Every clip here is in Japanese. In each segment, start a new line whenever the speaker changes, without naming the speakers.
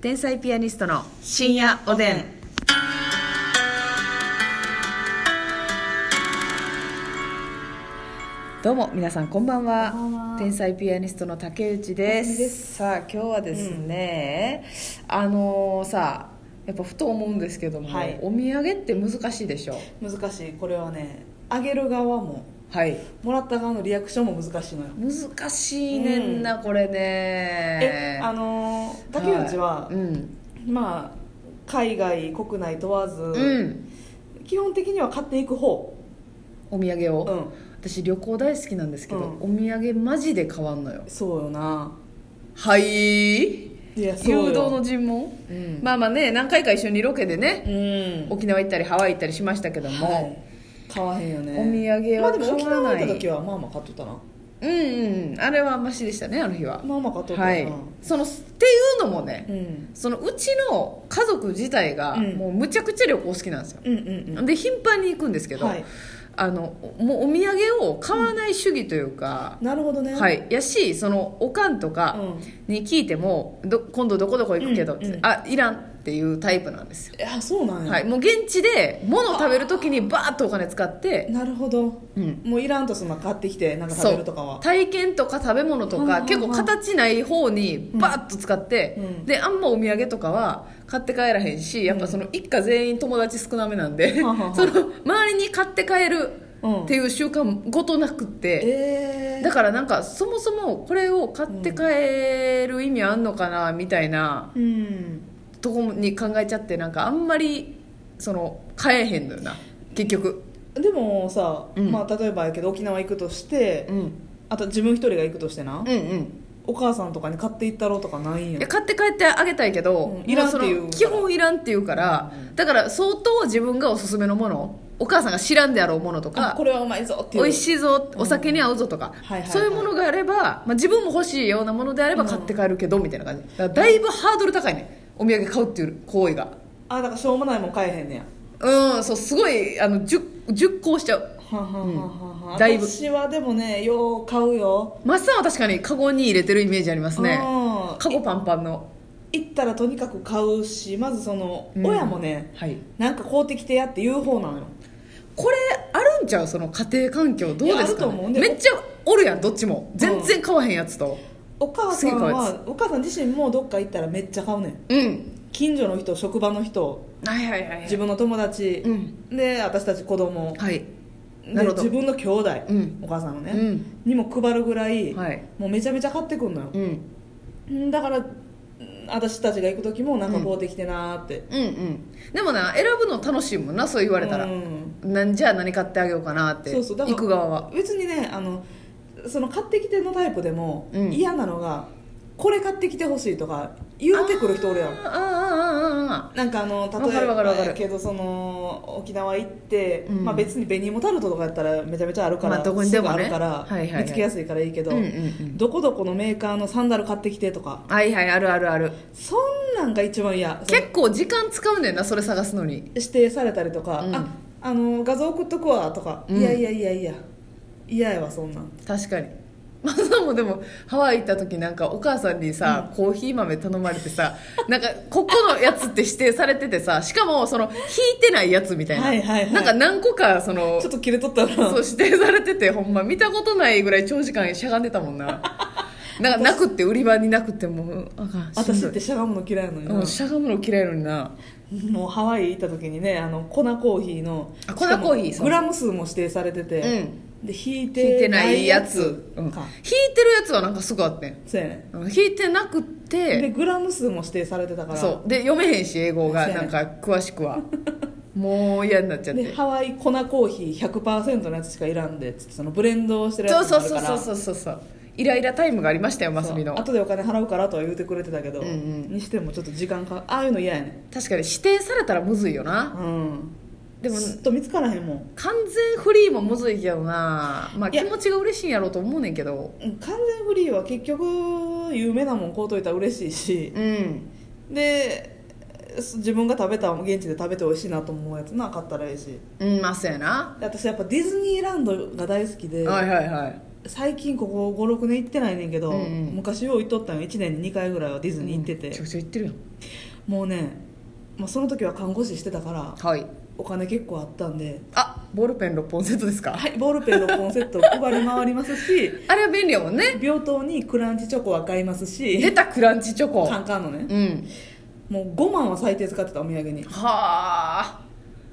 天才ピアニストの深夜おでん。どうも皆さんこんばんは
こんばんは
天才ピアニストの竹内ですさあ今日はですね、あのーさやっぱふと思うんですけども、
はい
お土産って難しいでしょ
難しいこれはねあげる側も
はい
もらった側のリアクションも難しいのよ
難しいねんな、これね
えあのー竹内は、
いうん、
まあ海外国内問わず、
うん、
基本的には買っていく方
お土産を、
うん
私旅行大好きなんですけど、
う
お土産マジで変わんのよ
そうよな
はい
いやそう
誘
よ
導の尋問、
うん、
まあまあね何回か一緒にロケで
う
ね、
ん
沖縄行ったりハワイ行ったりしましたけども、
はい買わへんよね
お土産
まあ
は
で
買わない
も沖縄行った時はまあまあ買っとったな
うんうんあれはマシでしたねあの日は
まあまあ買っとったな、
はいそのっていうのもね、
うん、
そのうちの家族自体が
うん
もうむちゃくちゃ旅行好きなんですよ、
うんうんうん
で頻繁に行くんですけど、
はい
あのもうお土産を買わない主義というか、
なるほどね
はい、やしそのおかんとかに聞いても、ど今度どこどこ行くけど、
うんうん
あいらんっていうタイプなんですよ、
いやそうなんや、
はい、もう現地で物を食べる時にバーッとお金使って、
なるほど
うん、
もういらんとそんな買ってきてなんか食べるとかは
体験とか食べ物と
うんうん
か
うん
結構形ない方にバーッと使って、
うん
であんまお土産とかは買って帰らへんしやっぱその一家全員友達少なめなんで、
はは は
その周りに買って帰る
うん
っていう習慣ごとなくって、
え
だからなんかそもそもこれを買って帰る意味あんのかなみたいな
うん
とこに考えちゃってなんかあんまりその買えへんのよな結局、
でもさ、
うん
まあ、例えばやけど沖縄行くとして、
うん、
あと自分一人が行くとしてな、
うんうん
お母さんとかに買って行ったろうとかないんや
いや買って帰ってあげたいけど、
うんいらんっていう
もその基本いらんっていうから、だから相当自分がおすすめのものお母さんが知らんであろうものと
あ
か
これはうまいぞってい
美
う
味しいぞ
うん
お酒に合うぞとか、
はいはい
そういうものがあれば、まあ、自分も欲しいようなものであれば買って帰るけど、みたいな感じだからだいぶハードル高いねお土産買うっていう行為が
あだからしょうもないもん買えへんねや
うんそうすごいあの 10, 10行しちゃう
ははははは
だいぶ
私はでもねよう買うよ、
マッサンは確かにカゴに入れてるイメージあります
うん
ねカゴパンパンの
行ったらとにかく買うしまずその、
うん
親もね
はい
なんか買うてきてやって言う方なのよ
これあるんちゃうその家庭環境どうです
いやあると
か、
思う
ね、
でも
めっちゃおるやんどっちも全然買わへんやつと
お母さん
す
はお母さん自身もどっか行ったらめっちゃ買うねん
うん
近所の人職場の人
はいはいはい
自分の友達、
うん
で私たち子供
はい
で
なるほど
自分の兄弟、
うん
お母さんのね、
うん
にも配るぐらい、
はい
もうめちゃめちゃ買ってくんのよ
う、ん
んだからうん私たちが行く時もなんかこうできてなーって、
うんうんでもな選ぶの楽しいもんなそう言われたら、
うん
なんじゃあ何買ってあげようかなって
そうそうだから
行く側は
別にねあのその買ってきてのタイプでも、
うん
嫌なのがこれ買ってきてほしいとか言うてくる人俺や
あ
ん
ーあーあーあーあー
なんかあの
わか
例え
るわかるわ
ば
かる
やけどその沖縄行って、
うん
まあ、別に紅芋タルトとかやったらめちゃめちゃあるから、
まあどこにでもね
すぐあるから、
はいはいはい
見つけやすいからいいけど、
うんうんうん
どこどこのメーカーのサンダル買ってきてとか
はいはいあるあるある
そんなんが一番嫌その
結構時間使うねんなそれ探すのに
指定されたりとか、
うん
ああの画像送っとくわとか、
うん
いやいやいやいや嫌やわそんなん
確かにマサもでもハワイ行った時なんかお母さんにさ、コーヒー豆頼まれてさなんかここのやつって指定されててさしかもその引いてないやつみたいな、
はいはいはい
なんか何個かその
ちょっと切れとったな
そう指定されててほんま見たことないぐらい長時間しゃがんでたもん ななんかなくって売り場になくってもうあかんしん
私
ど
っ
い
てしゃがむの嫌いなのよ、
うん、しゃがむの嫌いのにな
もうハワイ行った時にねあの粉コーヒーの
あ粉コーヒー
しかもグラム数も指定されてて、で引い
引い
て
て
な
ないい
や
や
つ
つ、うん引いてる
か、
やつはなんかすぐあってん
そうやね
うん引いてなくって
でグラム数も指定されてたから
そうで読めへんし英語が
そうや
な
ね
んか詳しく はもう嫌になっちゃっ
で
て
ハワイ粉コーヒー100%のやつしかいらんでっつってそのブレンドをしてるや
そう
つ
そ
もあ
う
る
そ
か
う
ら
そうそうそうそうイライラタイムがありましたよマスミの
後でお金払うからとは言うてくれてたけど、
うんうん
にしてもちょっと時間かああいうの嫌やね
確かに指定されたらむずいよな
うん
でも
すっと見つからへんもん
完全フリーもむずいけどなまあ
いや
気持ちが嬉しいんやろうと思うねんけど
うん完全フリーは結局有名なもん買うといたら嬉しいし
うん
です自分が食べた現地で食べて美味しいなと思うやつな買ったらええし
うんまあそうやな
で私やっぱディズニーランドが大好きで、
はいはいはい
最近ここ56年行ってないねんけど、
うんうん
昔よう行っとったんよ1年に2回ぐらいはディズニー行ってて、
ちょくちょく行ってるやん
もうね、まあ、その時は看護師してたから
はい
お金結構あったんで
あボールペン6本セットですか、
はいボールペン6本セットを配り回りますし
あれは便利やもんね
病棟にクランチチョコは買います
出
した
クランチチョコ
カンカンのね
うん
もう5万は最低使ってたお土産に
はあ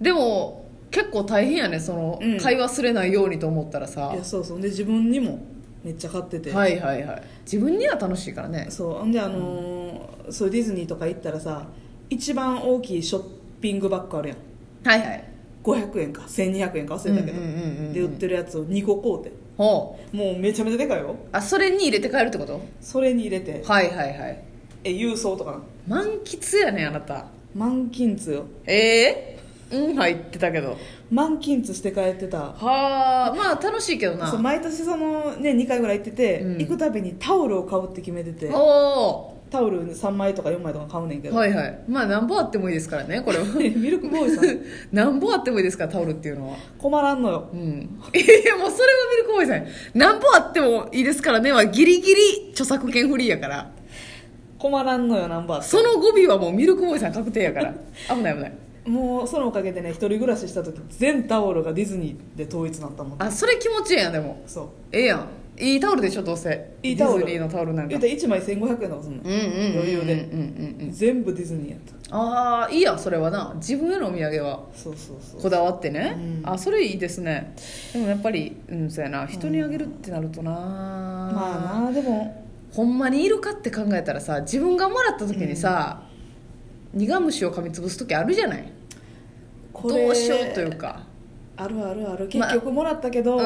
でも結構大変やねその、
うん
会話すれないようにと思ったらさ
いやそうそうで自分にもめっちゃ買ってて、
はいはいはい自分には楽しいからね
そうほんであのーそうディズニーとか行ったらさ一番大きいショッピングバッグあるやん
はいはい
500円か1200円か忘れたけど、
うんうんうんうんうん
で売ってるやつを2個買うて
ほう
もうめちゃめちゃでかいよ
あそれに入れて帰るってこと
それに入れて
はいはいはい
え郵送とかな
満喫やねあなた
満金通よ
ええうん入ってたけど
満金通して帰ってた
はあまあ楽しいけどな
そう毎年そのね2回ぐらい行ってて、
うん
行くたびにタオルを買うって決めてて
お
タオル3枚とか4枚とか買うねんけ
ー
ど、
はいはいまあ何本あってもいいですからねこれは
ミルクボーイさん
何本あってもいいですからタオルっていうのは
困らんのよ
うん いやもうそれはミルクボーイさん何本あってもいいですからねはギリギリ著作権フリーやから
困らんのよナンバーって
その語尾はもうミルクボーイさん確定やから 危ない危ない
もうそのおかげでね一人暮らしした時全タオルがディズニーで統一なったもん
あそれ気持ちいいやんでも
そう
ええやんいいタオルでしょどうせ
いいタオル
ディズニーのタオルなんか
言うたら1枚1500円とかすんの、
うんうんうん
余裕で
うんうんうん
全部ディズニーやった
ああいいやんそれはな自分へのお土産は
そうそうそう
こだわってね、
うん
あそれいいですねでもやっぱりうんそうやな人にあげるってなるとな、
まあなでも
ほんまにいるかって考えたらさ自分がもらった時にさ、苦虫を噛みつぶす時あるじゃない
これ
どうしようというか
あるあるある
ま
結局もらったけど、
うん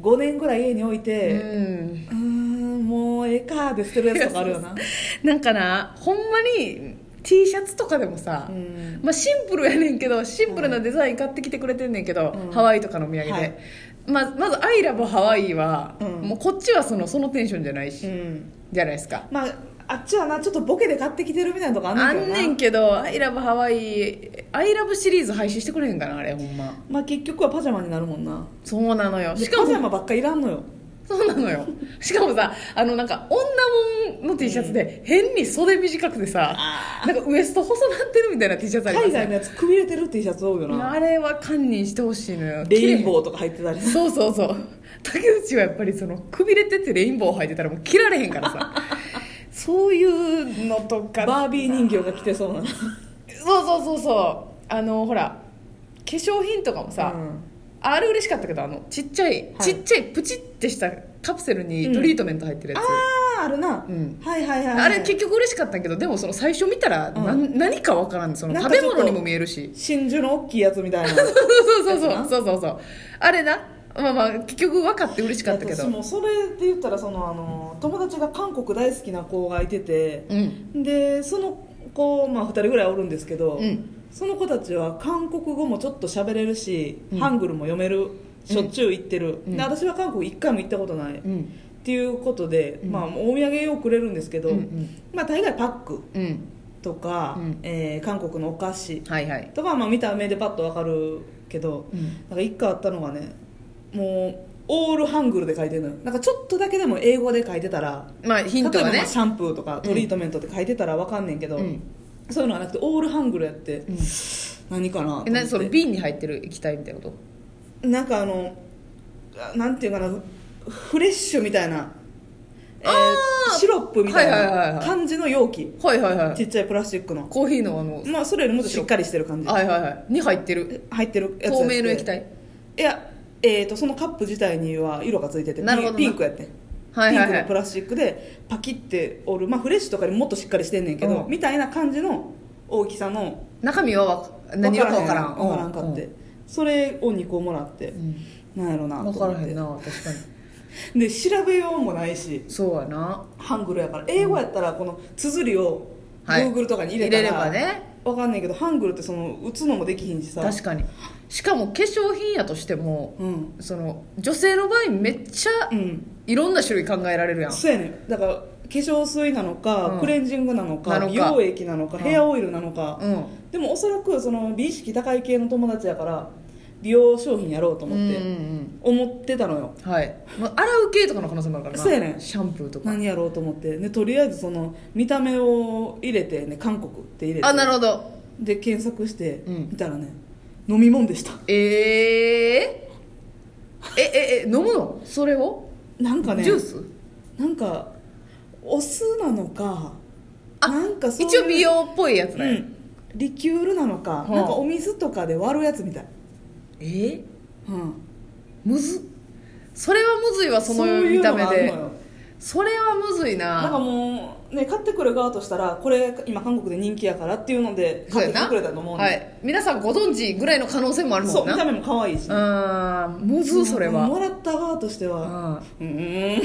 5年ぐらい家に置いうて、
ん
うーんもうええかで捨てるやつとかあるよな
なんかなほんまに T シャツとかでもさ、
うん
まあ、シンプルやねんけどシンプルなデザイン買ってきてくれてんねんけど、
うん
ハワイとかのお土産で、
はい
まあまず「アイラブハワイは」
うん
もうこっちはそのそのテンションじゃないし、
うん
じゃないですか
まああっちはなちょっとボケで買ってきてるみたいなとこあんね
あ
んけど
ん
な
ねんけど「アイラブハワイ」「アイラブ」シリーズ配信してくれへんかなあれほんま
まあ結局はパジャマになるもんな
そうなのよ
で
し
パ
か
ジャ
も
マばっかいらんのよ
そうなのよしかもさあのなんか女もんの T シャツで変に袖短くてさ、
あ
なんかウエスト細なってるみたいな T シャツありま
海
せ
外
ん
のやつくびれてる T シャツ多いよな
あれは堪忍してほしいのよ
レイン
ー
ボーとか入ってたりさ
そうそうそう竹内はやっぱりそのくびれててレインボー履いてたらもう切られへんからさそういうのとか
バービー人形が着てそうな
そうそうそうそうあのほら化粧品とかもさ、
うん
あれ嬉しかったけどあのちっちゃい、
い
ちっちゃいプチってしたカプセルにトリートメント入ってるや
あ
つ、
ああるな、
うん
はいはいはい、はい、
あれ結局嬉しかったけどでもその最初見たら
ん
何,、何かわからんその
なん
食
か
べ
ちょっと
物にも見える し
真珠の大きいやつみたいな
そうそうそう
やつな
そうそうそうあれなまあまあ結局分かって嬉しかったけど
私もそれで言ったらそのあの友達が韓国大好きな子がいてて
うん
でその子、まあ、2人ぐらいおるんですけど、
うん
その子たちは韓国語もちょっと喋れるし、
うん
ハングルも読めるしょっちゅう行ってる、
うん
で私は韓国1回も行ったことな
う
い、っ
ん
ていうことで、
うん
まあ、お土産をくれるんですけど、
うんうん
まあ、大概パック
うん
と
う
か、
ん
えー韓国のお菓子
はいはい、
とかはまあ見た目でパッとわかるけどなんか一回あったのがねもうオールハングルで書いてるのよなんかちょっとだけでも英語で書いてたら
まあヒント
例
は
えばま
ね
あシャンプーとかトリートメントって書いてたらわかんねんけど、
うん
そういうのはなくてオールハングルやって、
ん
何かなと思っ
え
て
何その瓶に入ってる液体みたいなこ
なんかあのあなんていうかなフフレッシュみたいな、えー
あー
シロップみたい
はいはいはい
な
はい
感じの容器
とはいはいは
ち
い
っちゃいプラスチックの
コーヒーのあの
まあそれよりもっとしっかりしてる感じ
はいはいはいに入ってる
入ってるやつやって
透明の液体
いや、えー、とそのカップ自体には色がついてて
なるほどな
ピンピンクやってん
はいはいは
ピンクのプ
い
ラスチックでパキっておる、まあ、フレッシュとかにもっとしっかりしてんねんけど、
うん
みたいな感じの大きさの
中身はわか何色か分からん
分からんかって、それを2個もらって、
うん
なんやろなと
分
思
か
って
らへんな確か
で調べようもないし
にそうやな
ハングルやから英語やったらこの綴りを
はい
Google とかに入れたら、
入れればね
分かんないけどハングルってその打つのもできひんしさ
確かにしかも化粧品やとしても
うん
その女性の場合めっちゃ
うん
いろんな種類考えられるやん
そうやねんだから化粧水なのか、
うん
クレンジングなのか
なのか
美容液なのか
うん
ヘアオイルなのか、
うん
でもおそらくその美意識高い系の友達やから美容商品やろうと
うん
思
う
っ
ん
て、
うん
思ってたのよ
はい、まあ、洗う系とかの可能性もあるからな
そうやねん
シャンプーとか
何やろうと思ってでとりあえずその見た目を入れてね韓国って入れて
あなるほど
で検索して
うん
見たらね、飲み物でした
えー、えええ飲むのそれを、
なんかね
ジュース
なんかお酢なのか
あ
なんかそういう
一応美容っぽいやつ
う
だよ、
んリキュールなのか、
はあ
なんかお水とかで割るやつみたい、
えー、
うん、
むずっそれはむずいわその
そうい
見
う
た
の
目
があるの
で
よ
それはむずいな
なんかもうね買ってくる側としたらこれ今韓国で人気やからっていうので
そう
買
や
ってき
な
てくれたと思う
は
ね
い、皆さんご存知ぐらいの可能性もある
そ
も
うん見た
な
目も可愛いし
あーむずそれ
も
は
らった側としては
あ
うーん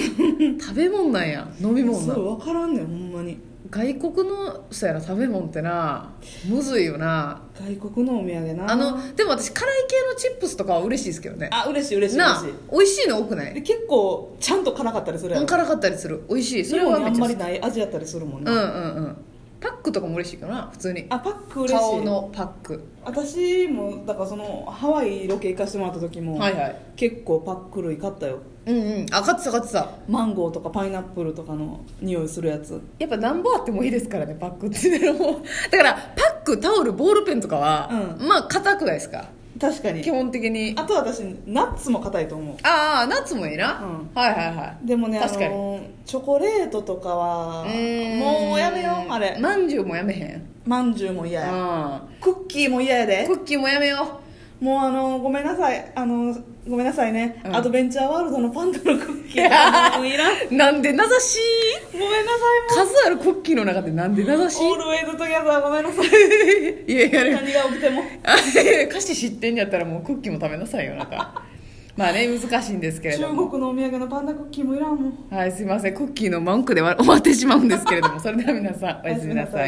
ー食べ物なんや飲み物
そ
な
うん分からんねんほんまに
外国のそうやな食べ物ってなむずいよな
外国のお土産な
あのでも私辛い系のチップスとかは嬉しいですけどね
あ嬉しい嬉しい嬉
なあ
し
美味しいの多くない
で
い
結構ちゃんと辛かったりするやん
辛かったりする美味しいそ
日
れ
本
は
に
め
あ
っちゃ好
んま
き
りない味やったりするもん
う
ね、
んうんうんパックとかも嬉しいかな普通に
あパック嬉しい
顔のパック
私もだからそのハワイロケ行かせてもらった時も、
はいはい
結構パック類買ったよ
うんうんあ買ってた買ってた
マンゴーとかパイナップルとかの匂いするやつ
やっぱなんぼあってもいいですからねパックってねもうだからパックタオルボールペンとかは、
う
まあ硬くないですか
確か
基
に
本的にあ
あと私ナッツも硬いと思
あーナッツもいいな、
うん
はいはいは
うでもね
確かに
あのチョコレートとかはいもうやめようあれ
まんじゅうもやめへん
まんじゅうも嫌や
う
クッキーも嫌や
ん
で
クッキーもやめよ
もうあのごめんなさいあのごめんなさいね、
うん
アドベンチャーワールドのパンダのクッキーはもうい らん
うなんで名指し
ごめんな
数あるクッキーの中でなんで名指し
さいもうオールウェイズトギャザーごめんなさい
いやいやいや
何が起きても
あ歌詞知ってんやったらもうクッキーも食べなさいよなんかまあね難しいんですけれど
中国
も
のお土産のパンダクッキーもいらんもん
はい、すいません。クッキーの文句で終わ終わってしまうんですけれども、それでは皆さん、おやすみなさい。